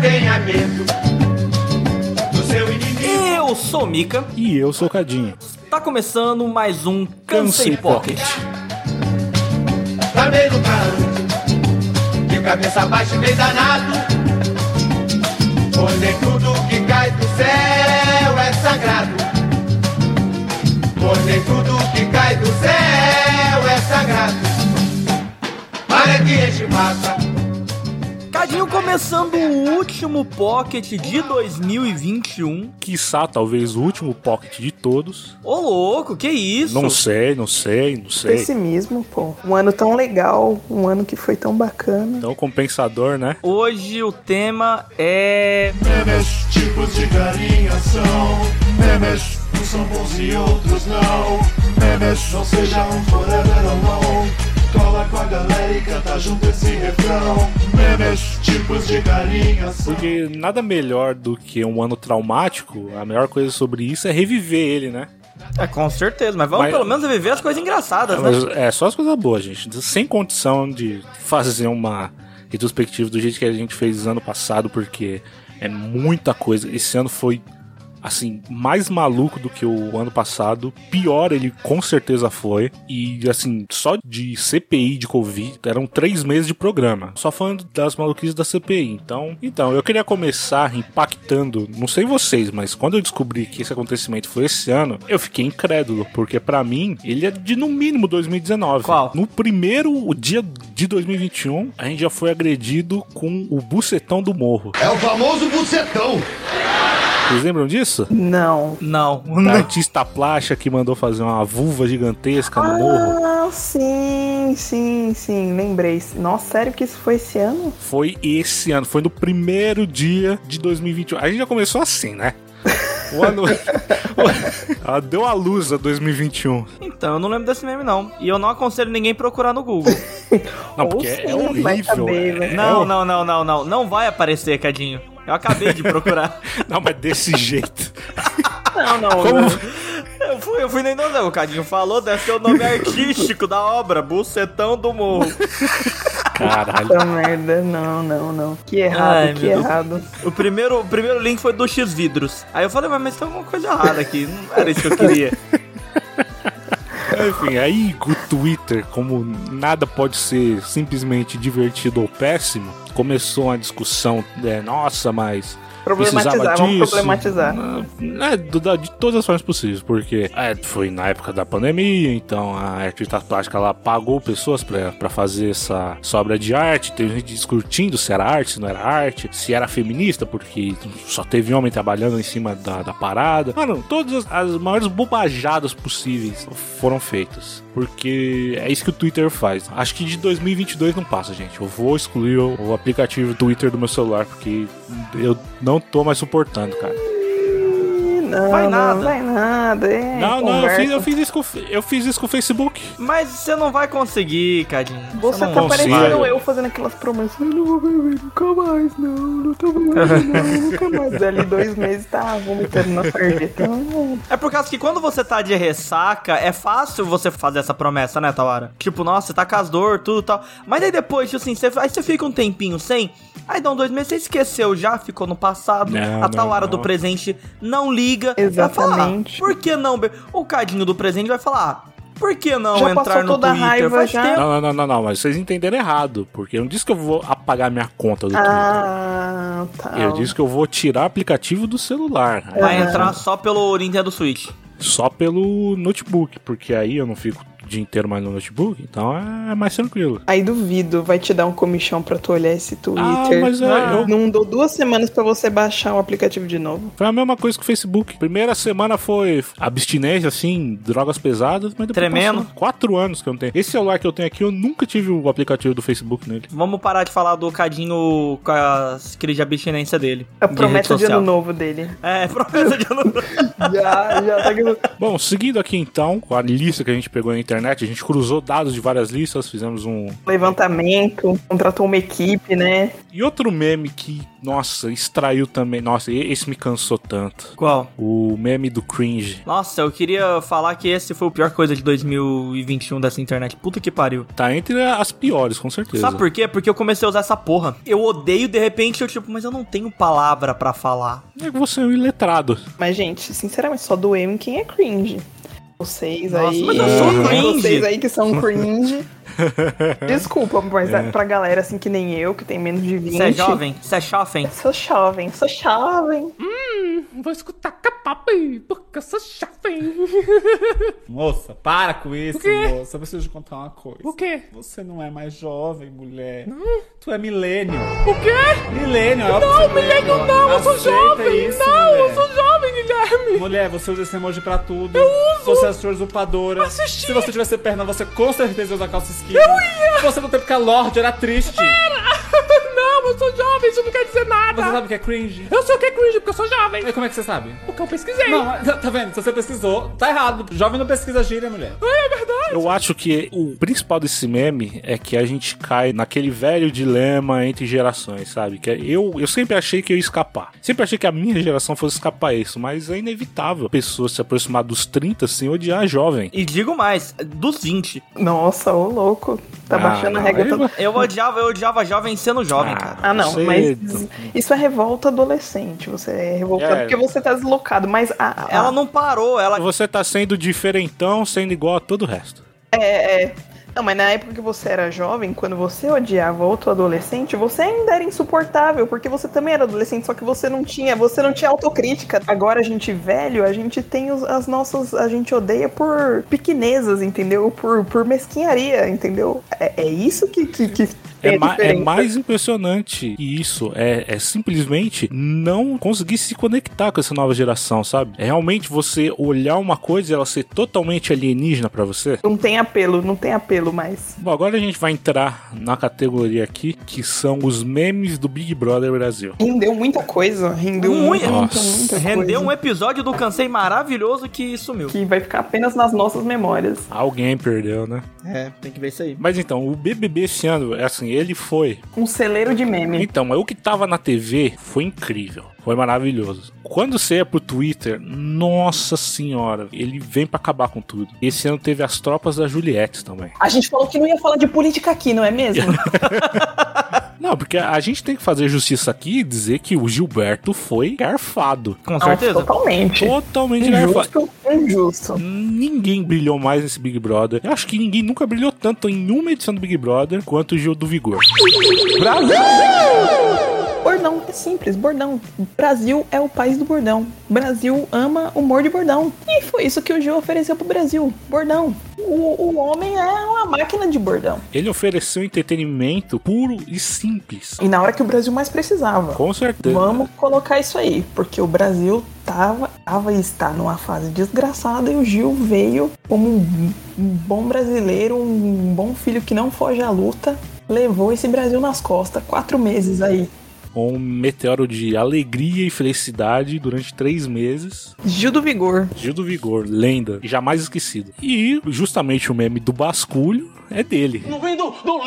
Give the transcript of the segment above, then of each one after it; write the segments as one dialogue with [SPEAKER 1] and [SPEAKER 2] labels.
[SPEAKER 1] tenha medo do seu inimigo.
[SPEAKER 2] Eu sou Mika,
[SPEAKER 3] E eu sou o Cadinho.
[SPEAKER 2] tá começando mais um Cansei
[SPEAKER 3] Cansei
[SPEAKER 2] Pocket.
[SPEAKER 1] Também nunca ando de cabeça baixa e bem danado. Onde tudo que cai do céu é sagrado. Onde tudo que cai do céu é sagrado. Para que este mata.
[SPEAKER 2] Cadinho começando o último Pocket de 2021.
[SPEAKER 3] Quiçá, talvez o último pocket de todos.
[SPEAKER 2] Ô louco, que isso?
[SPEAKER 3] Não sei, não sei, não sei.
[SPEAKER 4] é Pessimismo, pô. Um ano tão legal, um ano que foi tão bacana.
[SPEAKER 3] Então, compensador, né?
[SPEAKER 2] Hoje o tema é.
[SPEAKER 5] Memes, tipos de galinha são Memes, uns são bons e outros não Memes, não seja um forever alone Cola com a galera e canta junto esse refrão Memes, tipos de galinha são
[SPEAKER 3] Porque nada melhor do que um ano traumático, a melhor coisa sobre isso é reviver ele, né?
[SPEAKER 2] É, com certeza, mas vamos
[SPEAKER 3] Mas-
[SPEAKER 2] pelo menos viver as coisas engraçadas, né?
[SPEAKER 3] Mas é só as coisas boas, gente. Sem condição de fazer uma retrospectiva do jeito que a gente fez ano passado, porque é muita coisa. Esse ano foi, assim, mais maluco do que o ano passado. Pior ele com certeza foi. E, assim, só de CPI de Covid, eram três meses de programa. Só falando das maluquices da CPI. Então, então eu queria começar impactando, não sei vocês, mas quando eu descobri que esse acontecimento foi esse ano, eu fiquei incrédulo, porque pra mim ele é de no mínimo 2019.
[SPEAKER 2] Qual?
[SPEAKER 3] No primeiro o dia de 2021, a gente já foi agredido com o bucetão do morro.
[SPEAKER 5] É o famoso bucetão
[SPEAKER 3] Vocês lembram disso?
[SPEAKER 4] Não.
[SPEAKER 2] Não,
[SPEAKER 3] Da
[SPEAKER 4] Tá.
[SPEAKER 2] não.
[SPEAKER 3] artista Um plástica que mandou fazer uma vulva gigantesca no morro.
[SPEAKER 4] Ah, sim, sim, sim. Lembrei. Nossa, sério que isso foi esse ano?
[SPEAKER 3] Foi esse ano, foi no primeiro dia de 2021. A gente já começou assim, né? O ano. Ela deu a luz a 2021.
[SPEAKER 2] Então, eu não lembro desse meme, não. E eu não aconselho ninguém procurar no Google.
[SPEAKER 3] Não,
[SPEAKER 4] Ou
[SPEAKER 3] porque
[SPEAKER 4] sim,
[SPEAKER 3] é
[SPEAKER 4] vai
[SPEAKER 3] horrível.
[SPEAKER 4] saber,
[SPEAKER 3] é-
[SPEAKER 4] né?
[SPEAKER 3] é
[SPEAKER 2] Não,
[SPEAKER 3] hor-
[SPEAKER 2] não, não, não, não. Não vai aparecer, Cadinho. Eu acabei de procurar.
[SPEAKER 3] Não, mas desse jeito.
[SPEAKER 4] Ah,
[SPEAKER 2] Não, não.
[SPEAKER 3] Como-
[SPEAKER 4] né?
[SPEAKER 2] Eu, eu fui, eu fui nem não, o Cadinho falou, deve ser o nome artístico da obra, Bucetão do Morro.
[SPEAKER 3] Caralho.
[SPEAKER 4] Essa merda. Não, não, não. Que errado,
[SPEAKER 2] Ai,
[SPEAKER 4] que
[SPEAKER 2] meu Deus.
[SPEAKER 4] errado.
[SPEAKER 2] O primeiro, o primeiro link foi do X Vidros. Aí eu falei, mas, mas tem alguma coisa errada aqui. Não era isso que eu queria.
[SPEAKER 3] Enfim, aí o Twitter, como nada pode ser simplesmente divertido ou péssimo, começou uma discussão. é, Nossa, mas
[SPEAKER 4] Problematizar,
[SPEAKER 3] Precisava
[SPEAKER 4] vamos
[SPEAKER 3] disso.
[SPEAKER 4] problematizar.
[SPEAKER 3] É, do- da- de todas as formas possíveis, porque é, foi na época da pandemia, então a artista plástica lá pagou pessoas pra pra fazer essa, essa obra de arte, teve gente discutindo se era arte, se não era arte, se era feminista, porque só teve homem trabalhando em cima da, da parada. Mano, todas as, as maiores bobajadas possíveis foram feitas, porque é isso que o Twitter faz. Acho que de 2022 não passa, gente. Eu vou excluir o, o aplicativo Twitter do meu celular, porque eu não tô mais suportando, cara.
[SPEAKER 4] Ih, Não,
[SPEAKER 2] Vai
[SPEAKER 4] não,
[SPEAKER 2] nada.
[SPEAKER 4] vai nada.
[SPEAKER 3] Não,
[SPEAKER 4] É,
[SPEAKER 3] não, eu
[SPEAKER 4] conversa.
[SPEAKER 3] fiz, eu fiz isso com, o Fe- eu fiz isso com o Facebook.
[SPEAKER 2] Mas você não vai conseguir, Cadinho.
[SPEAKER 4] Você
[SPEAKER 2] não
[SPEAKER 4] tá
[SPEAKER 2] vai.
[SPEAKER 3] consigo.
[SPEAKER 4] parecendo eu fazendo aquelas promessas. Eu não vou beber nunca mais, não. Nunca mais, não. Nunca mais. Ali dois meses tá vomitando na sarjeta.
[SPEAKER 2] É por causa que quando você tá de ressaca, é fácil você fazer essa promessa, né, Tawara? Tipo, nossa, você tá com as dor, tudo e tal. Mas aí depois, tipo assim, você, aí você fica um tempinho sem, aí dá um dois meses, você esqueceu já, ficou no passado.
[SPEAKER 3] Não,
[SPEAKER 2] a
[SPEAKER 3] não,
[SPEAKER 2] Tawara
[SPEAKER 3] não.
[SPEAKER 2] do presente não liga. Vai falar, ah,
[SPEAKER 4] Exatamente.
[SPEAKER 2] por que não? be-" O Cadinho do presente vai falar, ah, por que não
[SPEAKER 4] Já
[SPEAKER 2] entrar
[SPEAKER 4] passou
[SPEAKER 2] no
[SPEAKER 4] toda a
[SPEAKER 2] Twitter?
[SPEAKER 4] raiva
[SPEAKER 2] Faz
[SPEAKER 4] já.
[SPEAKER 2] tempo.
[SPEAKER 3] Não, não, não, não, não, mas vocês entenderam errado, porque eu não disse que eu vou apagar minha conta do
[SPEAKER 4] Ah, tá.
[SPEAKER 3] Twitter. Eu disse que eu vou tirar o aplicativo do celular,
[SPEAKER 4] É.
[SPEAKER 2] Vai entrar só pelo Nintendo Switch.
[SPEAKER 3] só pelo notebook, porque aí eu não fico o dia inteiro mais no notebook, então é mais tranquilo.
[SPEAKER 4] Aí duvido, vai te dar um comichão pra tu olhar esse Twitter.
[SPEAKER 3] Ah, mas é, eu-
[SPEAKER 4] Não dou duas semanas pra você baixar o aplicativo de novo.
[SPEAKER 3] Foi a mesma coisa que o Facebook. Primeira semana foi abstinência, assim, drogas pesadas, mas depois
[SPEAKER 2] Tremendo.
[SPEAKER 3] passou. Quatro anos que eu não tenho. Esse celular que eu tenho aqui, eu nunca tive o aplicativo do Facebook nele.
[SPEAKER 2] Vamos parar de falar do Cadinho com as crises de abstinência dele.
[SPEAKER 4] A
[SPEAKER 2] de
[SPEAKER 4] promessa
[SPEAKER 2] rede
[SPEAKER 4] de
[SPEAKER 2] social.
[SPEAKER 4] ano novo dele.
[SPEAKER 2] É, promessa de ano novo.
[SPEAKER 4] já, já tá que.
[SPEAKER 3] Bom, seguindo aqui então, com a lista que a gente pegou na internet, a gente cruzou dados de várias listas, fizemos um.
[SPEAKER 4] Levantamento, contratou uma equipe, né?
[SPEAKER 3] E outro meme que, nossa, extraiu também. Nossa, e- esse me cansou tanto.
[SPEAKER 2] Qual?
[SPEAKER 3] O meme do cringe.
[SPEAKER 2] Nossa, eu queria falar que esse foi o pior coisa de 2021 dessa internet. Puta que pariu.
[SPEAKER 3] Tá entre as piores, com certeza.
[SPEAKER 2] Sabe por quê? Porque eu comecei a usar essa porra. Eu odeio, de repente, eu tipo, mas eu não tenho palavra pra falar.
[SPEAKER 3] É que você é um iletrado.
[SPEAKER 4] Mas, gente, sinceramente, só doeu em quem é cringe. Vocês
[SPEAKER 2] Nossa,
[SPEAKER 4] aí.
[SPEAKER 2] mas eu sou
[SPEAKER 4] Uhum.
[SPEAKER 2] cringe.
[SPEAKER 4] Vocês aí que são cringe. Desculpa, mas é. pra galera assim que nem eu, que tem menos de 20.
[SPEAKER 2] Você é jovem? Você é chofem?
[SPEAKER 4] Sou jovem, sou jovem.
[SPEAKER 6] Vou escutar capapi, porque eu sou jovem.
[SPEAKER 7] Moça, para com isso,
[SPEAKER 6] O quê?
[SPEAKER 7] moça. Eu preciso te contar uma coisa.
[SPEAKER 6] O quê?
[SPEAKER 7] Você não é mais jovem, mulher. Tu é milênio.
[SPEAKER 6] O quê?
[SPEAKER 7] Milênio, é óbvio que
[SPEAKER 6] Não,
[SPEAKER 7] você é
[SPEAKER 6] milênio não, eu sou
[SPEAKER 7] Aceita
[SPEAKER 6] jovem.
[SPEAKER 7] isso,
[SPEAKER 6] Não,
[SPEAKER 7] mulher.
[SPEAKER 6] eu sou jovem, Guilherme.
[SPEAKER 7] Mulher, você usa esse emoji pra tudo.
[SPEAKER 6] Eu uso.
[SPEAKER 7] Você é a sua usurpadora.
[SPEAKER 6] Assisti.
[SPEAKER 7] Se você tivesse perna, você com certeza ia usar calça skinny. Eu ia. Você não teve calorde, era triste.
[SPEAKER 6] Não, eu sou jovem, isso não quer dizer nada.
[SPEAKER 7] Você sabe o que é cringe?
[SPEAKER 6] Eu sei o que é cringe, porque eu sou jovem.
[SPEAKER 7] E como é que você sabe?
[SPEAKER 6] Porque eu pesquisei.
[SPEAKER 7] Não, mas- tá vendo? Se você pesquisou, tá errado. Jovem não pesquisa gíria, mulher.
[SPEAKER 6] Ai, é verdade.
[SPEAKER 3] Eu acho que o principal desse meme é que a gente cai naquele velho dilema entre gerações, sabe? Que é eu, eu sempre achei que eu ia escapar. Sempre achei que a minha geração fosse escapar isso, mas é inevitável a pessoa se aproximar dos 30 sem odiar a jovem.
[SPEAKER 2] E digo mais, dos 20.
[SPEAKER 4] Nossa, ô louco. Tá
[SPEAKER 3] Ah,
[SPEAKER 4] baixando a
[SPEAKER 3] não,
[SPEAKER 4] regra
[SPEAKER 3] aí
[SPEAKER 4] toda.
[SPEAKER 2] Eu odiava, eu odiava jovem sendo jovem,
[SPEAKER 3] Ah.
[SPEAKER 2] cara.
[SPEAKER 4] Ah, não,
[SPEAKER 3] Você-
[SPEAKER 4] mas isso é revolta adolescente. Você é revoltado
[SPEAKER 3] É.
[SPEAKER 4] porque você tá deslocado, mas a, a-
[SPEAKER 2] Ela não parou, ela.
[SPEAKER 3] Você tá sendo diferentão, sendo igual a todo o resto.
[SPEAKER 4] é, é. Não, mas na época que você era jovem, quando você odiava outro adolescente, você ainda era insuportável, porque você também era adolescente, só que você não tinha, você não tinha autocrítica. Agora a gente velho, a gente tem os- as nossas, a gente odeia por pequenezas, entendeu? Por, por mesquinharia, entendeu? É, é isso que que, que tem
[SPEAKER 3] É,
[SPEAKER 4] a
[SPEAKER 3] ma- é
[SPEAKER 4] diferença.
[SPEAKER 3] mais impressionante que isso é, é simplesmente não conseguir se conectar com essa nova geração, sabe? É realmente você olhar uma coisa e ela ser totalmente alienígena pra você.
[SPEAKER 4] Não tem apelo, não tem apelo mais.
[SPEAKER 3] Bom, agora a gente vai entrar na categoria aqui, que são os memes do Big Brother Brasil.
[SPEAKER 4] Rendeu muita coisa, rendeu
[SPEAKER 2] Muito.
[SPEAKER 4] muita, muita,
[SPEAKER 3] Nossa.
[SPEAKER 4] muita coisa.
[SPEAKER 2] Rendeu um episódio do Cansei maravilhoso que sumiu.
[SPEAKER 4] que vai ficar apenas nas nossas memórias.
[SPEAKER 3] Alguém perdeu, né?
[SPEAKER 2] É, tem que ver isso aí.
[SPEAKER 3] Mas então, o BBB esse ano, é assim, ele foi.
[SPEAKER 4] Um celeiro de meme.
[SPEAKER 3] Então, eu que tava na TV, foi incrível. Foi maravilhoso. Quando você ia pro Twitter, nossa senhora, ele vem pra acabar com tudo. Esse ano teve as tropas da Juliette também.
[SPEAKER 4] A gente falou que não ia falar de política aqui, não é mesmo?
[SPEAKER 3] Não, porque a gente tem que fazer justiça aqui e dizer que o Gilberto foi garfado.
[SPEAKER 2] Com
[SPEAKER 4] Não,
[SPEAKER 2] certeza. É
[SPEAKER 4] totalmente.
[SPEAKER 3] Totalmente garfado.
[SPEAKER 4] Injusto, é injusto.
[SPEAKER 3] Ninguém brilhou mais nesse Big Brother. Eu acho que ninguém nunca brilhou tanto em uma edição do Big Brother quanto o Gil do Vigor.
[SPEAKER 4] Bordão é simples, bordão. Brasil é o país do bordão. Brasil ama humor de bordão. E foi isso que o Gil ofereceu pro Brasil. Bordão. O, o homem é uma máquina de bordão.
[SPEAKER 3] Ele ofereceu entretenimento puro e simples.
[SPEAKER 4] E na hora que o Brasil mais precisava.
[SPEAKER 3] Com certeza.
[SPEAKER 4] Vamos colocar isso aí, porque o Brasil tava, tava e está numa fase desgraçada e o Gil veio como um, um bom brasileiro, um bom filho que não foge à luta, levou esse Brasil nas costas, quatro meses aí.
[SPEAKER 3] Um meteoro de alegria e felicidade durante três meses.
[SPEAKER 4] Gil do Vigor.
[SPEAKER 3] Gil do Vigor, lenda, jamais esquecido. E justamente o meme do basculho é dele.
[SPEAKER 8] Não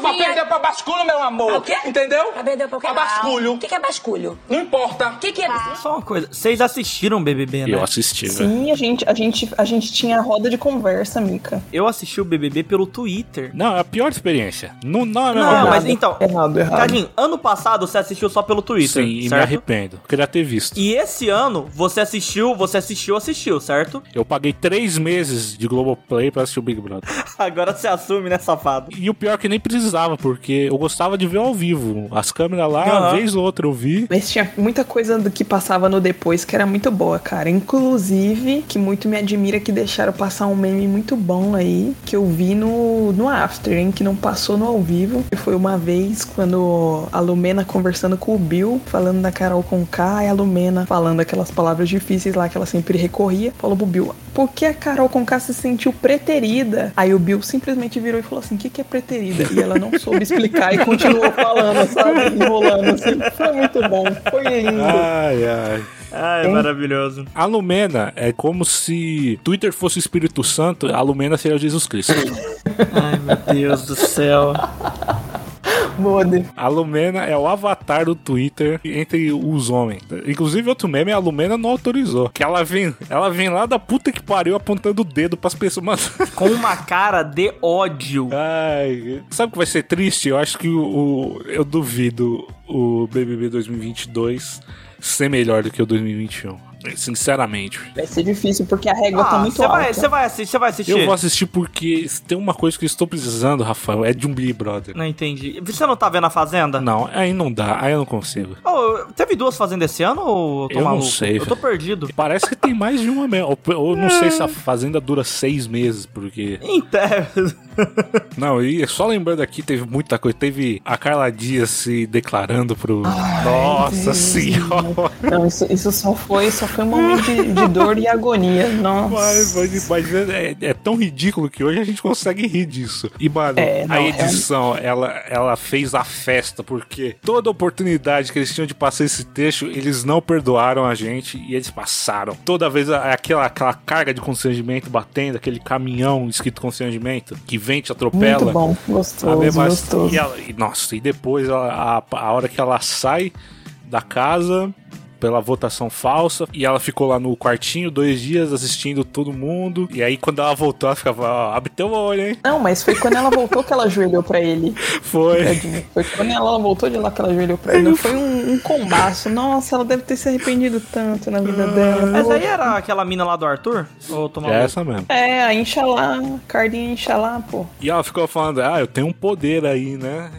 [SPEAKER 8] pra perder pra basculho, meu amor. O quê? Entendeu? Pra perder pra o quê? basculho. O que, que é basculho? Não importa. O que, que é basculho?
[SPEAKER 2] Só uma coisa, vocês assistiram BBB, né?
[SPEAKER 3] Eu assisti, velho.
[SPEAKER 4] Sim, a gente, a, gente, a gente tinha roda de conversa, Mica.
[SPEAKER 2] Eu assisti o BBB pelo Twitter.
[SPEAKER 3] Não, é a pior experiência. Não, não é a
[SPEAKER 2] Não,
[SPEAKER 3] mesma
[SPEAKER 2] mas
[SPEAKER 3] coisa.
[SPEAKER 2] então.
[SPEAKER 4] Errado, errado.
[SPEAKER 2] Cadinho, ano passado você assistiu só pelo Twitter.
[SPEAKER 3] Sim, e me
[SPEAKER 2] certo?
[SPEAKER 3] arrependo. Queria ter visto.
[SPEAKER 2] E esse ano você assistiu, você assistiu, assistiu, certo?
[SPEAKER 3] Eu paguei três meses de Globoplay pra assistir o Big Brother.
[SPEAKER 2] Agora você assume, né, safado?
[SPEAKER 3] E o pior é que nem precisava, porque eu gostava de ver ao vivo. As câmeras lá, uma
[SPEAKER 2] Aham.
[SPEAKER 3] vez ou outra eu vi.
[SPEAKER 4] Mas tinha muita coisa do que passava no depois que era muito boa, cara. Inclusive, que muito me admira que deixaram passar um meme muito bom aí, que eu vi no, no After, hein? Que não passou no ao vivo. E foi uma vez quando a Lumena conversou conversando com o Bill, falando da Carol Conká e a Lumena, falando aquelas palavras difíceis lá que ela sempre recorria. Falou pro Bill, por que a Carol Conká se sentiu preterida? Aí o Bill simplesmente virou e falou assim, o que, que é preterida? E ela não soube explicar e continuou falando, sabe? Enrolando assim. Foi muito bom, foi lindo.
[SPEAKER 3] Ah. Ai, ai.
[SPEAKER 2] Ai, maravilhoso.
[SPEAKER 3] A Lumena é como se Twitter fosse o Espírito Santo, a Lumena seria o Jesus Cristo.
[SPEAKER 2] Ai, meu Deus do céu.
[SPEAKER 4] Mode.
[SPEAKER 3] A Lumena é o avatar do Twitter entre os homens. Inclusive, outro meme, a Lumena não autorizou. Que ela vem, ela vem lá da puta que pariu apontando o dedo pras pessoas. Mas...
[SPEAKER 2] Com uma cara de ódio.
[SPEAKER 3] Ai, sabe o que vai ser triste? Eu acho que o, o- eu duvido o BBB 2022 ser melhor do que o 2021. Sinceramente.
[SPEAKER 4] Vai ser difícil, porque a régua tá muito
[SPEAKER 2] você
[SPEAKER 4] alta.
[SPEAKER 2] Ah, vai, você vai assistir, você vai assistir.
[SPEAKER 3] Eu vou assistir porque tem uma coisa que eu estou precisando, Rafael, é de um Big Brother.
[SPEAKER 2] Não entendi. Você não tá vendo a Fazenda?
[SPEAKER 3] Não, aí não dá, aí eu não consigo.
[SPEAKER 2] Ô, teve duas fazendas esse ano ou eu tô
[SPEAKER 3] Eu não
[SPEAKER 2] maluco?
[SPEAKER 3] sei,
[SPEAKER 2] Eu tô
[SPEAKER 3] velho.
[SPEAKER 2] perdido.
[SPEAKER 3] Parece que tem mais de uma mesmo. Ou- Ou eu não sei se a fazenda dura seis meses, porque.
[SPEAKER 2] Então,
[SPEAKER 3] Não, e é só lembrando aqui, teve muita coisa. Teve a Carla Dias se declarando pro. Nossa senhora!
[SPEAKER 4] Não, Então, isso, isso só foi, só foi um momento de, de dor e agonia. Nossa.
[SPEAKER 3] Mas, mas, mas é, é- é tão ridículo que hoje a gente consegue rir disso. E, mano,
[SPEAKER 4] É, não,
[SPEAKER 3] a edição, ela, ela fez a festa, porque toda oportunidade que eles tinham de passar esse texto, eles não perdoaram a gente e eles passaram. Toda vez a- aquela, aquela carga de constrangimento batendo, aquele caminhão escrito constrangimento, que vem te atropela.
[SPEAKER 4] Muito bom,
[SPEAKER 3] A
[SPEAKER 4] gostoso,
[SPEAKER 3] mesma-
[SPEAKER 4] gostoso.
[SPEAKER 3] E, ela- e, nossa, e depois ela- a, a hora que ela sai da casa pela votação falsa e ela ficou lá no quartinho dois dias assistindo todo mundo e aí quando ela voltou ela ficava ó, abre teu olho hein
[SPEAKER 4] Não, mas foi quando ela voltou que ela ajoelhou pra ele.
[SPEAKER 3] foi
[SPEAKER 4] Tadinha. Foi quando ela voltou de lá que ela ajoelhou pra ele. Foi um, um combaço. Nossa, ela deve ter se arrependido tanto na vida dela.
[SPEAKER 2] essa aí era aquela mina lá do Arthur? Ou eu tô
[SPEAKER 3] é
[SPEAKER 2] maluco?
[SPEAKER 3] essa mesmo
[SPEAKER 4] É, a Inxalá, Cardinha Inxalá, pô.
[SPEAKER 3] e ela ficou falando ah eu tenho um poder aí né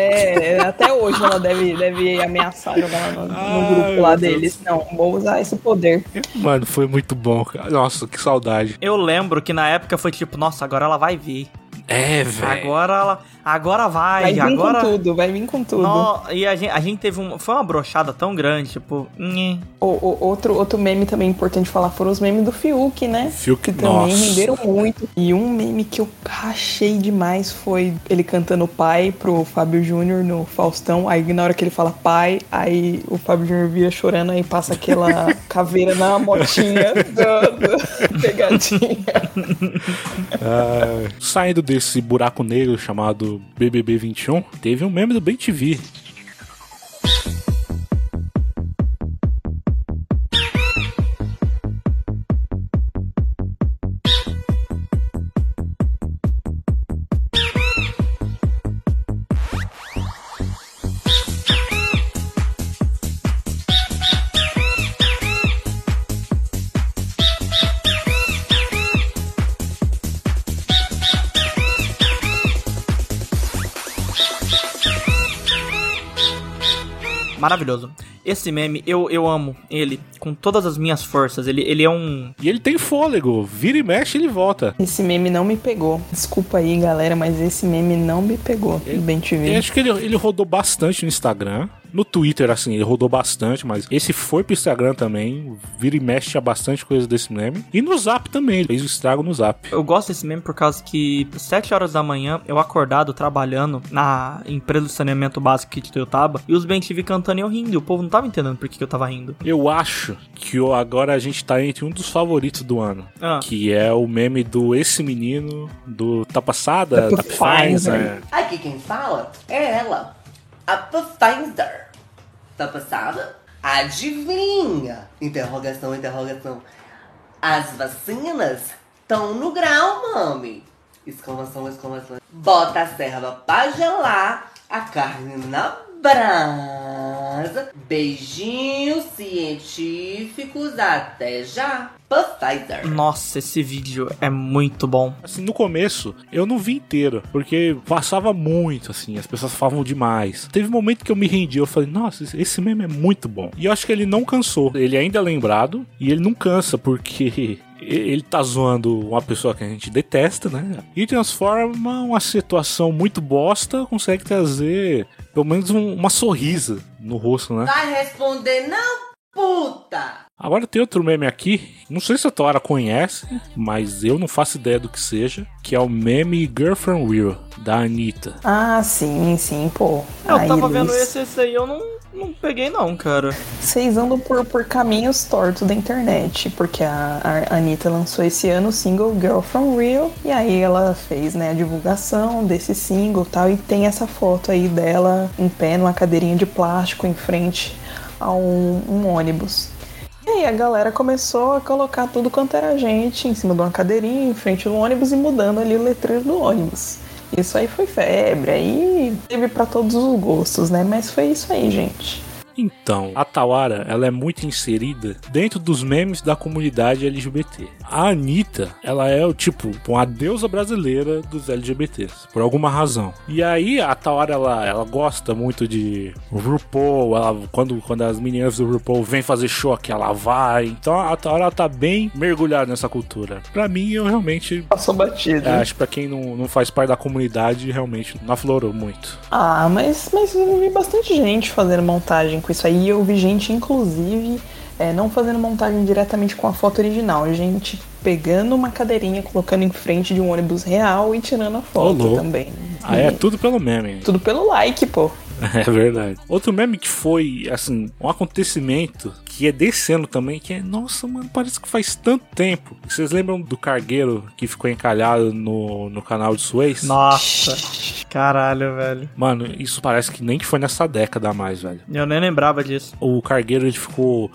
[SPEAKER 4] É, até hoje ela deve, deve ameaçar jogar no, no
[SPEAKER 3] Ai,
[SPEAKER 4] grupo lá
[SPEAKER 3] meu Deus.
[SPEAKER 4] deles. Não, vou usar esse poder.
[SPEAKER 3] mano foi muito bom cara nossa que saudade
[SPEAKER 2] Eu lembro que na época foi tipo, nossa, agora ela vai vir.
[SPEAKER 3] é velho
[SPEAKER 2] Agora ela. Agora
[SPEAKER 4] Vai
[SPEAKER 2] vai.
[SPEAKER 4] vir
[SPEAKER 2] agora.
[SPEAKER 4] com tudo, vai vir com tudo.
[SPEAKER 2] Nó- e a gente, a gente teve uma. Foi uma brochada tão grande, tipo. nhê.
[SPEAKER 4] O, o- outro, outro meme também importante falar foram os memes do Fiuk, né?
[SPEAKER 3] Fiuk,
[SPEAKER 4] que também
[SPEAKER 3] nossa.
[SPEAKER 4] renderam muito. E um meme que eu rachei demais foi ele cantando pai pro Fábio Júnior no Faustão. Aí na hora que ele fala pai, aí o Fábio Júnior vira chorando aí passa aquela caveira na motinha da, da pegadinha.
[SPEAKER 3] saindo desse buraco negro chamado BBB 21 teve um meme do Bem TV
[SPEAKER 2] Maravilhoso. Esse meme, eu, eu amo ele com todas as minhas forças. Ele, ele é um.
[SPEAKER 3] e ele tem fôlego vira e mexe ele volta
[SPEAKER 4] Esse meme não me pegou. Desculpa aí, galera, mas esse meme não me pegou. Tudo bem te
[SPEAKER 3] Eu
[SPEAKER 4] ver.
[SPEAKER 3] acho que ele, ele rodou bastante no Instagram. No Twitter, assim, ele rodou bastante, mas esse foi pro Instagram também. Vira e mexe tinha bastante coisa desse meme. E no Zap também, ele fez o estrago no Zap.
[SPEAKER 2] Eu gosto desse meme por causa que 7 horas da manhã eu acordado trabalhando na empresa de saneamento básico aqui de Toyotaba e os Ben TV cantando e eu rindo. E o povo não tava entendendo por que, que eu tava rindo.
[SPEAKER 3] Eu acho que o- agora a gente tá entre um dos favoritos do ano.
[SPEAKER 2] Ah.
[SPEAKER 3] Que é o meme do Esse Menino, do Tá Passada,
[SPEAKER 4] Da
[SPEAKER 3] da Pfizer.
[SPEAKER 4] Pfizer.
[SPEAKER 9] Aqui quem fala é ela, a Pfizer. Tá passada? Adivinha? Interrogação, interrogação. As vacinas estão no grau, mami. Exclamação, exclamação. Bota a serva pra gelar, a carne na brasa. Beijinhos científicos, até já. Pfizer.
[SPEAKER 2] Nossa, esse vídeo é muito bom.
[SPEAKER 3] Assim, no começo, eu não vi inteiro, porque passava muito, assim, as pessoas falavam demais. Teve um momento que eu me rendi, eu falei, nossa, esse- esse meme é muito bom. E eu acho que ele não cansou. Ele ainda é lembrado, e ele não cansa, porque e- ele tá zoando uma pessoa que a gente detesta, né? E transforma uma situação muito bosta, consegue trazer pelo menos um- uma sorrisa no rosto, né?
[SPEAKER 9] Vai responder, não, puta!
[SPEAKER 3] Agora tem outro meme aqui, não sei se a Tora conhece, mas eu não faço ideia do que seja, que é o meme Girlfriend Real, da Anitta.
[SPEAKER 4] Ah, sim, sim, pô.
[SPEAKER 2] É, Eu
[SPEAKER 4] Aí,
[SPEAKER 2] tava vendo
[SPEAKER 4] Luiz,
[SPEAKER 2] esse, esse aí, eu não, não peguei não, cara.
[SPEAKER 4] Vocês andam por, por caminhos tortos da internet, porque a, a Anitta lançou esse ano o single Girl From Real, e aí ela fez né, a divulgação desse single e tal, e tem essa foto aí dela em pé numa cadeirinha de plástico em frente a um- um ônibus. E aí a galera começou a colocar tudo quanto era gente em cima de uma cadeirinha, em frente do ônibus e mudando ali o letreiro do ônibus. Isso aí foi febre, aí teve pra todos os gostos, né? Mas foi isso aí, gente.
[SPEAKER 3] Então, a Tawara, ela é muito inserida dentro dos memes da comunidade LGBT. A Anitta, ela é o tipo, uma deusa brasileira dos LGBTs, por alguma razão. E aí, a Tawara, ela, ela gosta muito de RuPaul, ela, quando, quando as meninas do RuPaul vêm fazer show aqui, ela vai. Então, a Tawara, ela tá bem mergulhada nessa cultura. Pra mim, eu realmente...
[SPEAKER 4] Passou batido.
[SPEAKER 3] é, acho que pra quem não, não faz parte da comunidade, realmente não aflorou muito.
[SPEAKER 4] Ah, mas, mas eu vi bastante gente fazendo montagem com isso aí. Eu vi gente, inclusive, é, não fazendo montagem diretamente com a foto original. Gente pegando uma cadeirinha, colocando em frente de um ônibus real e tirando a foto
[SPEAKER 3] louco.
[SPEAKER 4] também.
[SPEAKER 3] Ah, é tudo pelo meme.
[SPEAKER 4] Tudo pelo like, pô.
[SPEAKER 3] É verdade. Outro meme que foi, assim, um acontecimento que é descendo também, que é, nossa, mano, parece que faz tanto tempo. Vocês lembram do cargueiro que ficou encalhado no, no canal de Suez?
[SPEAKER 2] Nossa, caralho, velho.
[SPEAKER 3] Mano, isso parece que nem que foi nessa década a mais, velho.
[SPEAKER 2] Eu nem lembrava disso.
[SPEAKER 3] O cargueiro, ele ficou...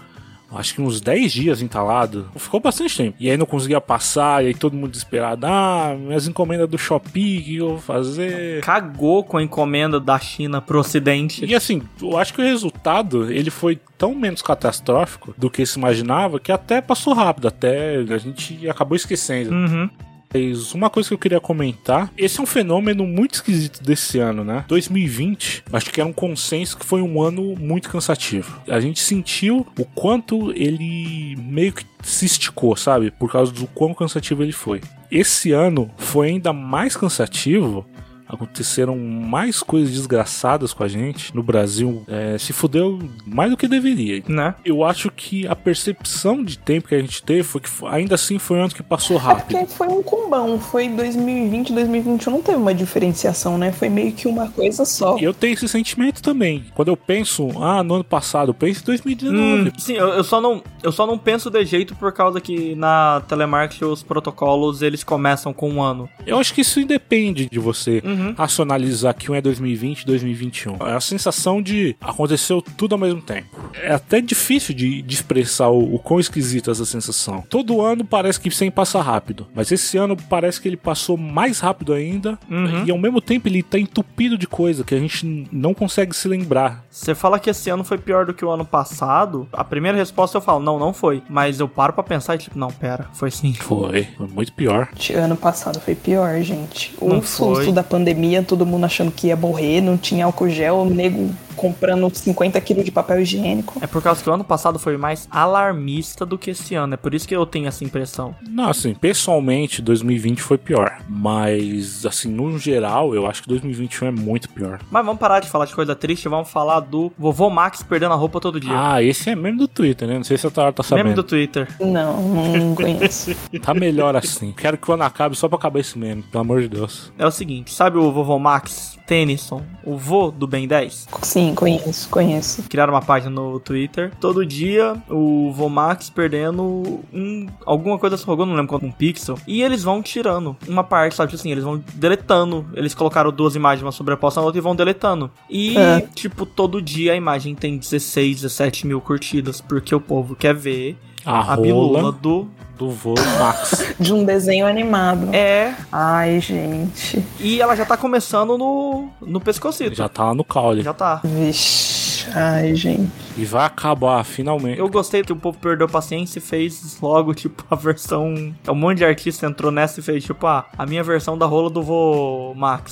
[SPEAKER 3] Acho que uns 10 dias entalado. Ficou bastante tempo. E aí não conseguia passar, e aí todo mundo desesperado. Ah, minhas encomendas do Shopee, o que eu vou fazer?
[SPEAKER 2] Cagou com a encomenda da China pro ocidente.
[SPEAKER 3] E assim, eu acho que o resultado ele foi tão menos catastrófico do que se imaginava que até passou rápido, até a gente acabou esquecendo.
[SPEAKER 2] Uhum.
[SPEAKER 3] Mas uma coisa que eu queria comentar, esse é um fenômeno muito esquisito desse ano, né? 2020, acho que era um consenso que foi um ano muito cansativo. A gente sentiu o quanto ele meio que se esticou, sabe? Por causa do quão cansativo ele foi. Esse ano foi ainda mais cansativo aconteceram mais coisas desgraçadas com a gente no Brasil. é, se fudeu mais do que deveria.
[SPEAKER 2] Né?
[SPEAKER 3] Eu acho que a percepção de tempo que a gente teve foi que fo- ainda assim foi um ano que passou
[SPEAKER 4] É
[SPEAKER 3] rápido.
[SPEAKER 4] porque foi um combão. Foi 2020, 2021. Não teve uma diferenciação, né? Foi meio que uma coisa só.
[SPEAKER 3] E Eu tenho esse sentimento também. Quando eu penso, ah, no ano passado, eu penso em 2019.
[SPEAKER 2] Hum, sim, eu, eu só não, eu só não penso de jeito por causa que na telemarketing os protocolos eles começam com um ano.
[SPEAKER 3] Eu acho que isso independe de você
[SPEAKER 2] Uhum.
[SPEAKER 3] racionalizar que um é 2020 e 2021. É a sensação de aconteceu tudo ao mesmo tempo. É até difícil de, de expressar o, o quão esquisita essa sensação. Todo ano parece que sem passa rápido, mas esse ano parece que ele passou mais rápido ainda
[SPEAKER 2] Uhum.
[SPEAKER 3] e ao mesmo tempo ele tá entupido de coisa que a gente n- não consegue se lembrar.
[SPEAKER 2] Você fala que esse ano foi pior do que o ano passado, a primeira resposta eu falo, não, não foi. Mas eu paro pra pensar e tipo, não, pera, foi sim.
[SPEAKER 3] Foi, foi muito pior.
[SPEAKER 4] Ano passado foi pior, gente. O
[SPEAKER 2] Não
[SPEAKER 4] susto
[SPEAKER 2] foi.
[SPEAKER 4] da pandemia, todo mundo achando que ia morrer, não tinha álcool gel, o nego comprando 50 quilos de papel higiênico.
[SPEAKER 2] É por causa que o ano passado foi mais alarmista do que esse ano, é por isso que eu tenho essa impressão.
[SPEAKER 3] Não, assim, pessoalmente 2020 foi pior, mas assim, no geral, eu acho que 2021 é muito pior.
[SPEAKER 2] Mas vamos parar de falar de coisa triste, vamos falar do vovô Max perdendo a roupa todo dia.
[SPEAKER 3] Ah, esse é meme do Twitter, né? Não sei se a Tara tá
[SPEAKER 2] Meme do
[SPEAKER 3] sabendo.
[SPEAKER 2] Twitter.
[SPEAKER 4] Não, não conheço.
[SPEAKER 3] Tá melhor assim. Quero que o ano acabe só pra acabar esse meme, pelo amor de Deus.
[SPEAKER 2] É o seguinte, sabe o vovô Max Tennyson, o vô do Ben 10?
[SPEAKER 4] Sim, conheço, conheço.
[SPEAKER 2] criaram uma página no Twitter. Todo dia o Vomax perdendo um, alguma coisa se rogou, não lembro quanto, um pixel. E eles vão tirando uma parte, sabe? Tipo Assim, eles vão deletando. Eles colocaram duas imagens, uma sobreposta na outra e vão deletando. E,
[SPEAKER 4] É.
[SPEAKER 2] tipo, todo dia a imagem tem 16, 17 mil curtidas, porque o povo quer ver
[SPEAKER 3] A,
[SPEAKER 2] a bilula
[SPEAKER 3] rola
[SPEAKER 2] do.
[SPEAKER 3] do vô Max.
[SPEAKER 4] De um desenho animado.
[SPEAKER 2] É,
[SPEAKER 4] Ai, gente.
[SPEAKER 2] e ela já tá começando no, no pescocito.
[SPEAKER 3] Já tá lá no caule.
[SPEAKER 2] já tá.
[SPEAKER 4] Vixe. Ai, gente.
[SPEAKER 3] E vai acabar, finalmente.
[SPEAKER 2] Eu gostei que o povo perdeu a paciência e fez logo, tipo, a versão. Um monte de artista entrou nessa e fez, tipo, ah, a minha versão da rola do vô Max.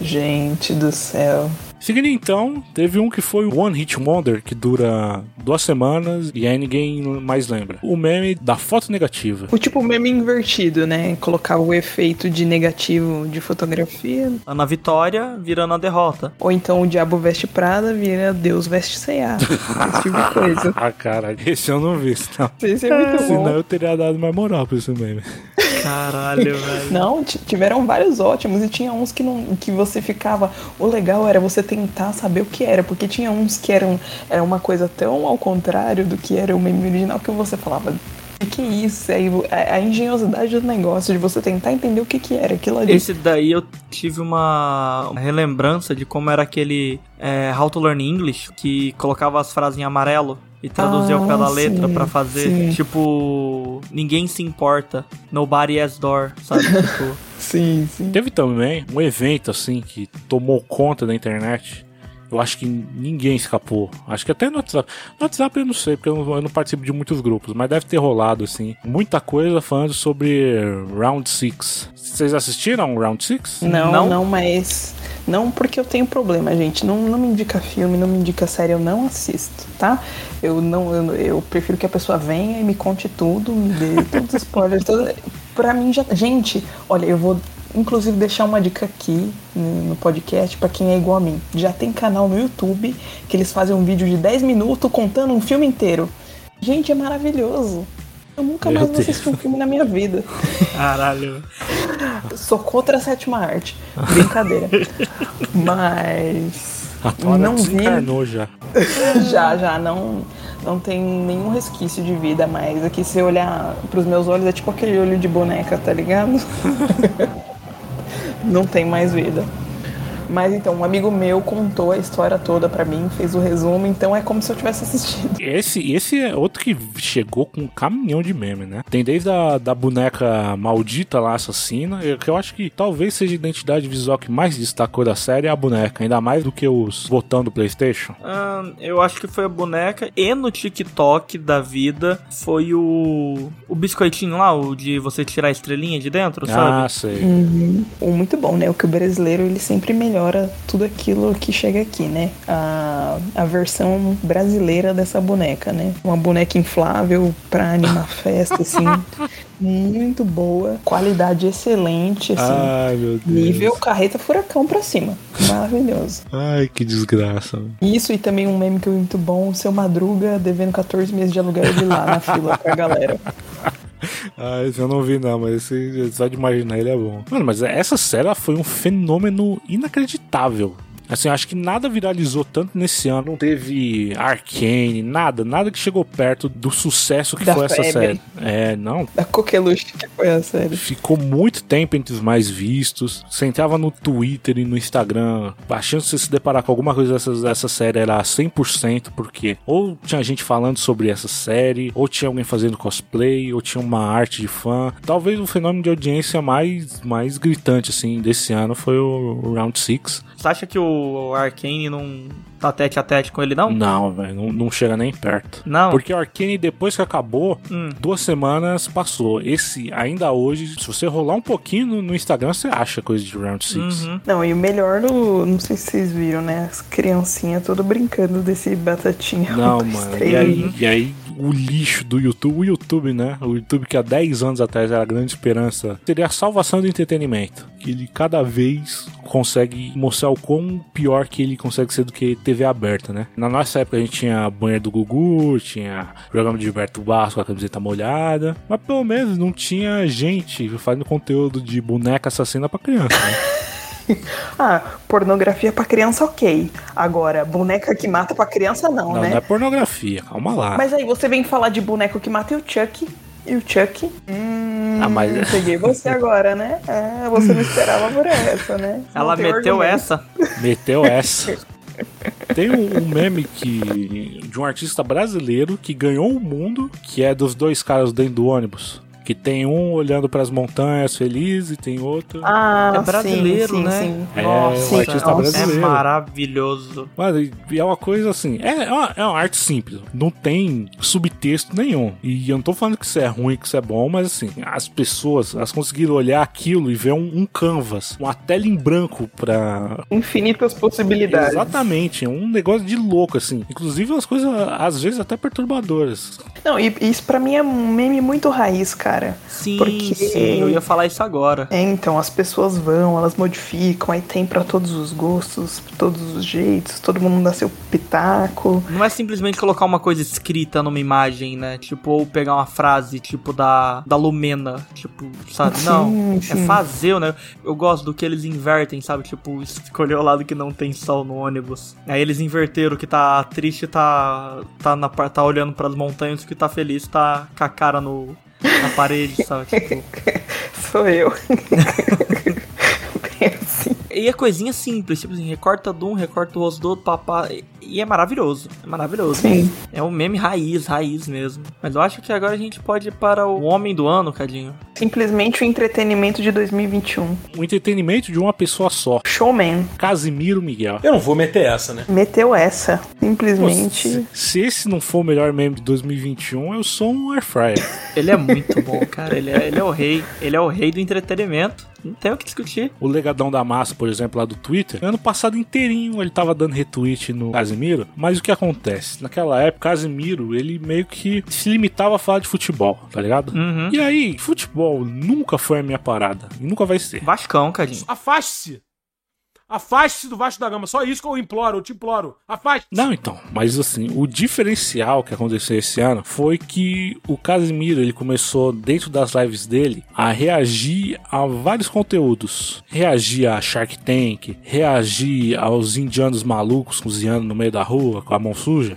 [SPEAKER 4] Gente do céu.
[SPEAKER 3] Seguindo então, teve um que foi o One Hit Wonder, que dura duas semanas e aí ninguém mais lembra. O meme da foto negativa.
[SPEAKER 4] O tipo meme invertido, né? Colocar o efeito de negativo de fotografia.
[SPEAKER 2] Ana Vitória virando a derrota.
[SPEAKER 4] Ou então o diabo veste Prada vira Deus veste ceia. Esse tipo de coisa.
[SPEAKER 3] Ah, caralho, esse eu não vi, não.
[SPEAKER 4] Isso é muito bom.
[SPEAKER 3] Senão eu teria dado mais moral pra esse meme.
[SPEAKER 2] Caralho, velho.
[SPEAKER 4] Não, ti- tiveram vários ótimos e tinha uns que não que você ficava. O legal era você tentar saber o que era, porque tinha uns que eram era uma coisa tão ao contrário do que era o meme original que você falava. "Que Que é isso? Aí vo- a, a engenhosidade do negócio de você tentar entender o que que era aquilo ali.
[SPEAKER 2] Esse daí eu tive uma uma relembrança de como era aquele é, How to Learn English, que colocava as frases em amarelo e traduzia ao pé da
[SPEAKER 4] Ah,
[SPEAKER 2] letra
[SPEAKER 4] sim,
[SPEAKER 2] pra fazer,
[SPEAKER 4] sim.
[SPEAKER 2] tipo, ninguém se importa, nobody has door, sabe? Tipo,
[SPEAKER 4] Sim, sim.
[SPEAKER 3] Teve também um evento assim que tomou conta da internet. Eu acho que ninguém escapou. Acho que até no WhatsApp. No WhatsApp eu não sei, porque eu não, eu não participo de muitos grupos, mas deve ter rolado assim. Muita coisa falando sobre Round 6. Vocês assistiram Round 6?
[SPEAKER 4] Não,
[SPEAKER 2] Não?
[SPEAKER 4] não, mas. Não porque eu tenho problema, gente. Não, não me indica filme, não me indica série, eu não assisto, tá? Eu não, eu, eu prefiro que a pessoa venha e me conte tudo, me dê todos os spoilers. Todo... Pra mim já. Gente, olha, eu vou inclusive deixar uma dica aqui no no podcast pra quem é igual a mim. Já tem canal no YouTube que eles fazem um vídeo de 10 minutos contando um filme inteiro. Gente, é maravilhoso. Eu nunca
[SPEAKER 3] Meu
[SPEAKER 4] mais vou
[SPEAKER 3] Deus.
[SPEAKER 4] assistir um filme na minha vida.
[SPEAKER 2] caralho.
[SPEAKER 4] Sou contra a sétima arte. Brincadeira. Mas.
[SPEAKER 3] A Tora
[SPEAKER 4] Não vi.
[SPEAKER 3] desencarnou já.
[SPEAKER 4] Já, já, não. Não tem nenhum resquício de vida mais. Aqui, se eu olhar pros meus olhos, é tipo aquele olho de boneca, tá ligado? não tem mais vida. Mas então, um amigo meu contou a história toda pra mim, fez o resumo, então é como se eu tivesse assistido.
[SPEAKER 3] Esse, esse é outro que chegou com um caminhão de meme, né? Tem desde a da boneca maldita lá, assassina, eu- que eu acho que talvez seja a identidade visual que mais destacou da série é a boneca, ainda mais do que os botão do Playstation.
[SPEAKER 2] Ahn, eu acho que foi a boneca e no TikTok da vida foi o o biscoitinho lá, o de você tirar a estrelinha de dentro, sabe?
[SPEAKER 3] Ah, sei.
[SPEAKER 4] O muito bom, né? O que o brasileiro ele sempre melhora tudo aquilo que chega aqui, né? A, a versão brasileira dessa boneca, né? Uma boneca inflável pra animar festa, assim. muito boa. Qualidade excelente, assim.
[SPEAKER 3] Ai, meu Deus.
[SPEAKER 4] Nível carreta furacão pra cima. Maravilhoso.
[SPEAKER 3] Ai, que desgraça. mano.
[SPEAKER 4] Isso e também um meme que é muito bom, o seu madruga devendo 14 meses de aluguel de lá na fila com a galera.
[SPEAKER 3] Ah, esse eu não vi não, mas esse, só de imaginar ele é bom. Mano, mas essa série ela foi um fenômeno inacreditável. Assim, eu acho que nada viralizou tanto nesse ano. Não teve Arcane, nada, nada que chegou perto do sucesso que
[SPEAKER 4] Da
[SPEAKER 3] foi essa
[SPEAKER 4] febre.
[SPEAKER 3] série. É, não.
[SPEAKER 4] Da coqueluche que foi a série.
[SPEAKER 3] Ficou muito tempo entre os mais vistos. Você entrava no Twitter e no Instagram, a chance de você se deparar com alguma coisa dessa, dessa série era 100%, porque ou tinha gente falando sobre essa série, ou tinha alguém fazendo cosplay, ou tinha uma arte de fã. Talvez o fenômeno de audiência mais, mais gritante, assim, desse ano foi o Round 6.
[SPEAKER 2] Você acha que o Arkane não tá tete a tete com ele, não?
[SPEAKER 3] Não, velho, não, não chega nem perto.
[SPEAKER 2] Não.
[SPEAKER 3] Porque o Arcane, depois que acabou, duas semanas passou. Esse, ainda hoje, se você rolar um pouquinho no, no Instagram, você acha coisa de Round 6.
[SPEAKER 4] Não, e o melhor do. Não sei se vocês viram, né? As criancinhas todas brincando desse batatinha.
[SPEAKER 3] Não,
[SPEAKER 4] um, dois,
[SPEAKER 3] mano.
[SPEAKER 4] três.
[SPEAKER 3] E aí, e aí, o lixo do YouTube, o YouTube, né? O YouTube que há 10 anos atrás era a grande esperança, seria a salvação do entretenimento. Que ele cada vez consegue mostrar o quão pior que ele consegue ser do que TV aberta, né? Na nossa época a gente tinha banheiro do Gugu, tinha programa de Gilberto Barros com a camiseta molhada, mas pelo menos não tinha gente fazendo conteúdo de boneca assassina pra criança, né?
[SPEAKER 4] Ah, pornografia pra criança, ok. Agora, boneca que mata pra criança, não,
[SPEAKER 3] Não,
[SPEAKER 4] né?
[SPEAKER 3] não é pornografia, calma lá.
[SPEAKER 4] Mas aí você vem falar de boneco que mata e o Chuck. E o Chuck? Hum,
[SPEAKER 3] Ah, mas-
[SPEAKER 4] peguei você agora, né? Ah, você não esperava por essa, né? Não
[SPEAKER 2] Ela
[SPEAKER 4] tem
[SPEAKER 2] meteu
[SPEAKER 4] argumento.
[SPEAKER 2] essa.
[SPEAKER 3] Meteu essa. Tem um, um meme que de um artista brasileiro que ganhou o mundo, que é dos dois caras dentro do ônibus. Que tem um olhando pras montanhas feliz e tem outro.
[SPEAKER 4] Ah,
[SPEAKER 2] É brasileiro,
[SPEAKER 4] sim, sim,
[SPEAKER 2] né?
[SPEAKER 4] Sim.
[SPEAKER 3] É,
[SPEAKER 2] Nossa,
[SPEAKER 3] o artista
[SPEAKER 4] nossa.
[SPEAKER 2] É
[SPEAKER 3] brasileiro.
[SPEAKER 2] maravilhoso.
[SPEAKER 3] Mas e- e é uma coisa assim, é, é, uma, é uma arte simples, não tem subtexto nenhum. E eu não tô falando que isso é ruim, que isso é bom, mas assim, as pessoas, elas conseguiram olhar aquilo e ver um, um canvas, uma tela em branco pra.
[SPEAKER 4] Infinitas possibilidades.
[SPEAKER 3] Exatamente, é um negócio de louco, assim. Inclusive umas coisas, às vezes, até perturbadoras.
[SPEAKER 4] Não, e e isso pra mim é um meme muito raiz, cara.
[SPEAKER 2] Sim,
[SPEAKER 4] Porque-
[SPEAKER 2] sim, eu ia falar isso agora.
[SPEAKER 4] É, então, as pessoas vão, elas modificam, aí tem pra todos os gostos, todos os jeitos, todo mundo dá seu pitaco.
[SPEAKER 2] Não é simplesmente colocar uma coisa escrita numa imagem, né? Tipo, ou pegar uma frase, tipo, da, da Lumena, tipo, sabe? Não, é
[SPEAKER 4] sim.
[SPEAKER 2] fazer, né? Eu gosto do que eles invertem, sabe? Tipo, escolher o lado que não tem sol no ônibus. Aí eles inverteram, o que tá triste tá, tá, na, par- tá olhando pras montanhas, o que tá feliz tá com a cara no, na parede, sabe? Tipo...
[SPEAKER 4] Sou eu. Bem assim.
[SPEAKER 2] E é coisinha simples, tipo assim, recorta de um, recorta o rosto do outro, papá. E- E é maravilhoso, é maravilhoso.
[SPEAKER 4] Sim.
[SPEAKER 2] É um meme raiz, raiz mesmo. Mas eu acho que agora a gente pode ir para o Homem do Ano, Cadinho.
[SPEAKER 4] Simplesmente o entretenimento de 2021.
[SPEAKER 3] O Um entretenimento de uma pessoa só,
[SPEAKER 4] Showman.
[SPEAKER 3] Casimiro Miguel.
[SPEAKER 7] Eu não vou meter essa, né?
[SPEAKER 4] Meteu essa. Simplesmente.
[SPEAKER 3] Se, se esse não for o melhor meme de 2021, eu sou um air fryer.
[SPEAKER 2] Ele é muito bom, cara. Ele é, ele é o rei. Ele é o rei do entretenimento. Não tem o que discutir.
[SPEAKER 3] O legadão da massa, por exemplo, lá do Twitter, ano passado inteirinho ele tava dando retweet no Casimiro, mas o que acontece? Naquela época, Casimiro, ele meio que se limitava a falar de futebol, tá ligado?
[SPEAKER 2] Uhum.
[SPEAKER 3] E aí, futebol nunca foi a minha parada, e nunca vai ser.
[SPEAKER 2] Vascão, Cadinho.
[SPEAKER 10] Afaste-se. Afaste-se do Vasco da Gama. Só isso que eu imploro, eu te imploro. Afaste-se.
[SPEAKER 3] Não, então, mas assim, o diferencial que aconteceu esse ano foi que o Casimiro, ele começou dentro das lives dele a reagir a vários conteúdos. Reagir a Shark Tank, reagir aos indianos malucos cozinhando no meio da rua com a mão suja.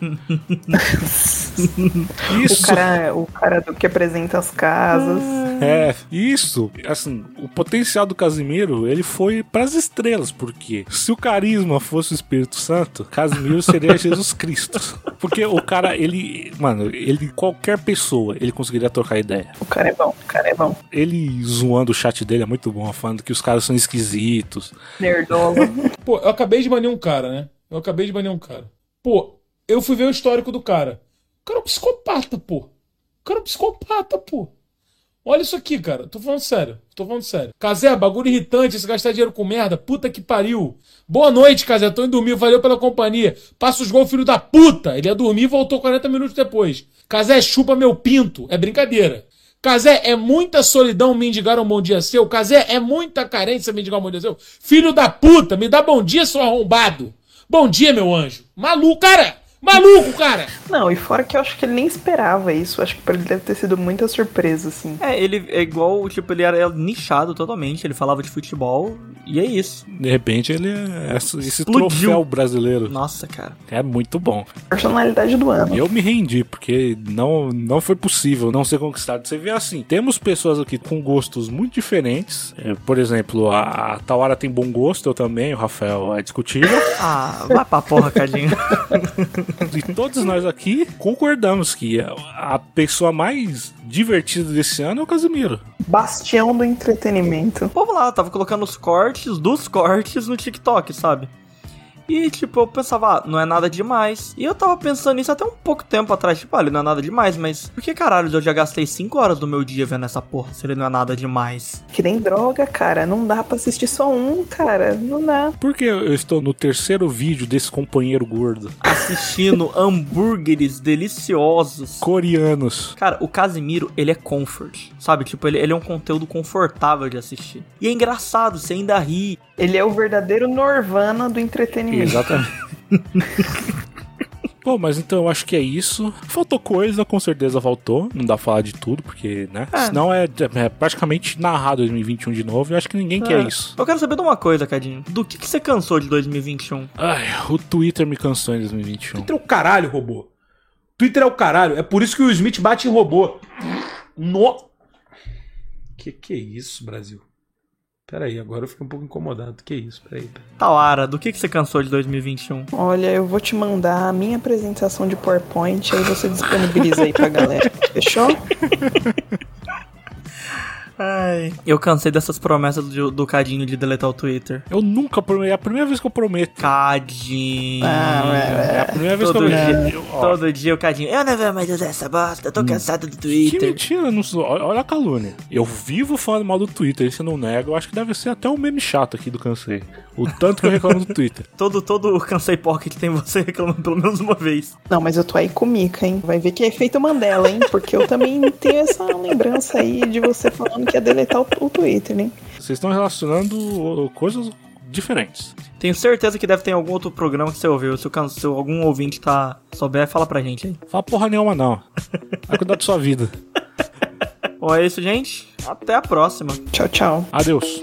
[SPEAKER 4] O cara, o cara do que apresenta as casas.
[SPEAKER 3] É, isso, assim, o potencial do Casimiro, ele foi pras estrelas, porque se o carisma fosse o Espírito Santo, Casimiro seria Jesus Cristo. Porque o cara, ele, mano, ele, qualquer pessoa, ele conseguiria trocar ideia.
[SPEAKER 4] O cara é bom, o cara é bom.
[SPEAKER 3] Ele zoando o chat dele é muito bom, falando que os caras são esquisitos.
[SPEAKER 4] Nerdola.
[SPEAKER 10] Pô, eu acabei de banir um cara, né? Eu acabei de banir um cara. Pô, eu fui ver o histórico do cara. O cara é um psicopata, pô. O cara é um psicopata, pô. Olha isso aqui, cara. Tô falando sério. Tô falando sério. Cazé, bagulho irritante, se gastar dinheiro com merda. Puta que pariu. Boa noite, Cazé. Tô indo dormir. Valeu pela companhia. Passa os gols, filho da puta. Ele ia dormir e voltou 40 minutos depois. Cazé, chupa meu pinto. É brincadeira. Cazé, é muita solidão mendigar um bom dia seu. Cazé, é muita carência mendigar um bom dia seu. Filho da puta, me dá bom dia, seu arrombado. Bom dia, meu anjo. Maluco, cara. Maluco, cara.
[SPEAKER 4] Não, e fora que eu acho que ele nem esperava isso. Acho que pra ele deve ter sido muita surpresa, assim.
[SPEAKER 2] É, ele é igual, tipo, ele era nichado totalmente. Ele falava de futebol. E é isso.
[SPEAKER 3] De repente, ele é esse, esse
[SPEAKER 2] Explodiu.
[SPEAKER 3] troféu brasileiro.
[SPEAKER 2] Nossa, cara.
[SPEAKER 3] É muito bom.
[SPEAKER 4] Personalidade do ano.
[SPEAKER 3] Eu me rendi, porque não, não foi possível não ser conquistado. Você vê assim, temos pessoas aqui com gostos muito diferentes. É, Por exemplo, a, a Tawara tem bom gosto, eu também, o Rafael é discutível.
[SPEAKER 2] Ah, vai pra porra, Cadinho.
[SPEAKER 3] e todos nós aqui concordamos que a, a pessoa mais divertida desse ano é o Casimiro.
[SPEAKER 4] Bastião do entretenimento.
[SPEAKER 2] O povo lá tava colocando os cortes dos cortes no TikTok, sabe? E, tipo, eu pensava, ah, não é nada demais. E eu tava pensando nisso até um pouco tempo atrás. Tipo, olha, não é nada demais, mas por que caralho eu já gastei 5 horas do meu dia vendo essa porra se ele não é nada demais?
[SPEAKER 4] Que nem droga, cara. Não dá pra assistir só um, cara. Não dá.
[SPEAKER 3] Porque eu estou no terceiro vídeo desse companheiro gordo.
[SPEAKER 2] Assistindo hambúrgueres deliciosos.
[SPEAKER 3] Coreanos.
[SPEAKER 2] Cara, o Casimiro, ele é comfort, sabe? Tipo, ele, ele é um conteúdo confortável de assistir. E é engraçado, você ainda ri.
[SPEAKER 4] Ele é o verdadeiro Norvana do entretenimento.
[SPEAKER 3] Exatamente. Bom, mas então eu acho que é isso. Faltou coisa, com certeza faltou. Não dá pra falar de tudo, porque, né? Senão é, é praticamente narrar 2021 de novo. Eu acho que ninguém
[SPEAKER 2] É.
[SPEAKER 3] quer isso.
[SPEAKER 2] Eu quero saber de uma coisa, Cadinho. Do que, que você cansou de 2021?
[SPEAKER 3] Ai, o Twitter me cansou em 2021.
[SPEAKER 10] Twitter é o caralho, robô. Twitter é o caralho. É por isso que o Smith bate em robô. No. Que que é isso, Brasil? Pera aí, agora eu fiquei um pouco incomodado. Que isso? Pera aí. pera aí.
[SPEAKER 2] Tawara, do que, que você cansou de 2021?
[SPEAKER 4] Olha, eu vou te mandar a minha apresentação de PowerPoint, aí você disponibiliza aí pra galera. Fechou?
[SPEAKER 2] Ai. Eu cansei dessas promessas do, do Cadinho de deletar o Twitter.
[SPEAKER 3] Eu nunca prometo. É a primeira vez que eu prometo. né?
[SPEAKER 2] Cadinho.
[SPEAKER 3] É a primeira vez que eu
[SPEAKER 2] Todo dia,
[SPEAKER 3] prometo. Eu- ó,
[SPEAKER 2] todo dia o Cadinho. Eu não vou mais usar essa bosta, eu tô cansado do
[SPEAKER 3] Que
[SPEAKER 2] Twitter.
[SPEAKER 3] mentira, não sou- olha olha a calúnia. Eu vivo falando mal do Twitter, isso eu não nego. Eu acho que deve ser até um meme chato aqui do Cansei. O tanto que eu reclamo do Twitter.
[SPEAKER 2] Todo, todo o Cansei Pocket tem você reclamando pelo menos uma vez.
[SPEAKER 4] Não, mas eu tô aí com mica, hein? Vai ver que é efeito Mandela, hein? Porque eu também tenho essa lembrança aí de você falando que ia deletar o, o Twitter, hein?
[SPEAKER 3] Vocês estão relacionando ó, coisas diferentes.
[SPEAKER 2] Tenho certeza que deve ter algum outro programa que você ouviu. Se, o can- se algum ouvinte tá souber, fala pra gente aí.
[SPEAKER 3] Fala porra nenhuma, não. Vai cuidar da sua vida.
[SPEAKER 2] Bom, é isso, gente. Até a próxima.
[SPEAKER 4] Tchau, tchau.
[SPEAKER 3] Adeus.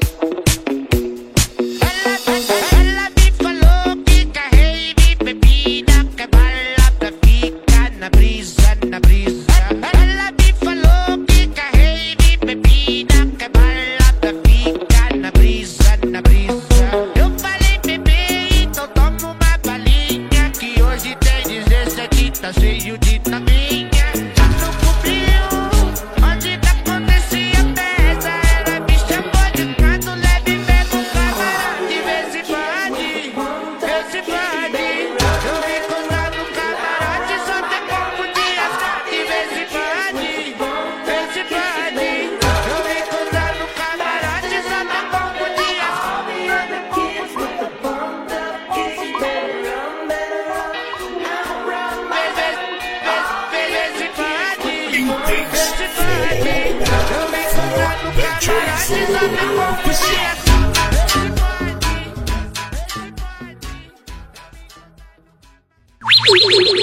[SPEAKER 6] Cheio de taminha, já não cobriu. Onde tá acontecia peça, ela me chamou de canto leve, pega o camarada de vez em quando, vez em quando. Eu me um encontrava no camarote, só tem corpo de asca de vez em quando, vez em quando. Eu me encontrava no camarote, só tem corpo de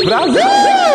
[SPEAKER 11] Brasil!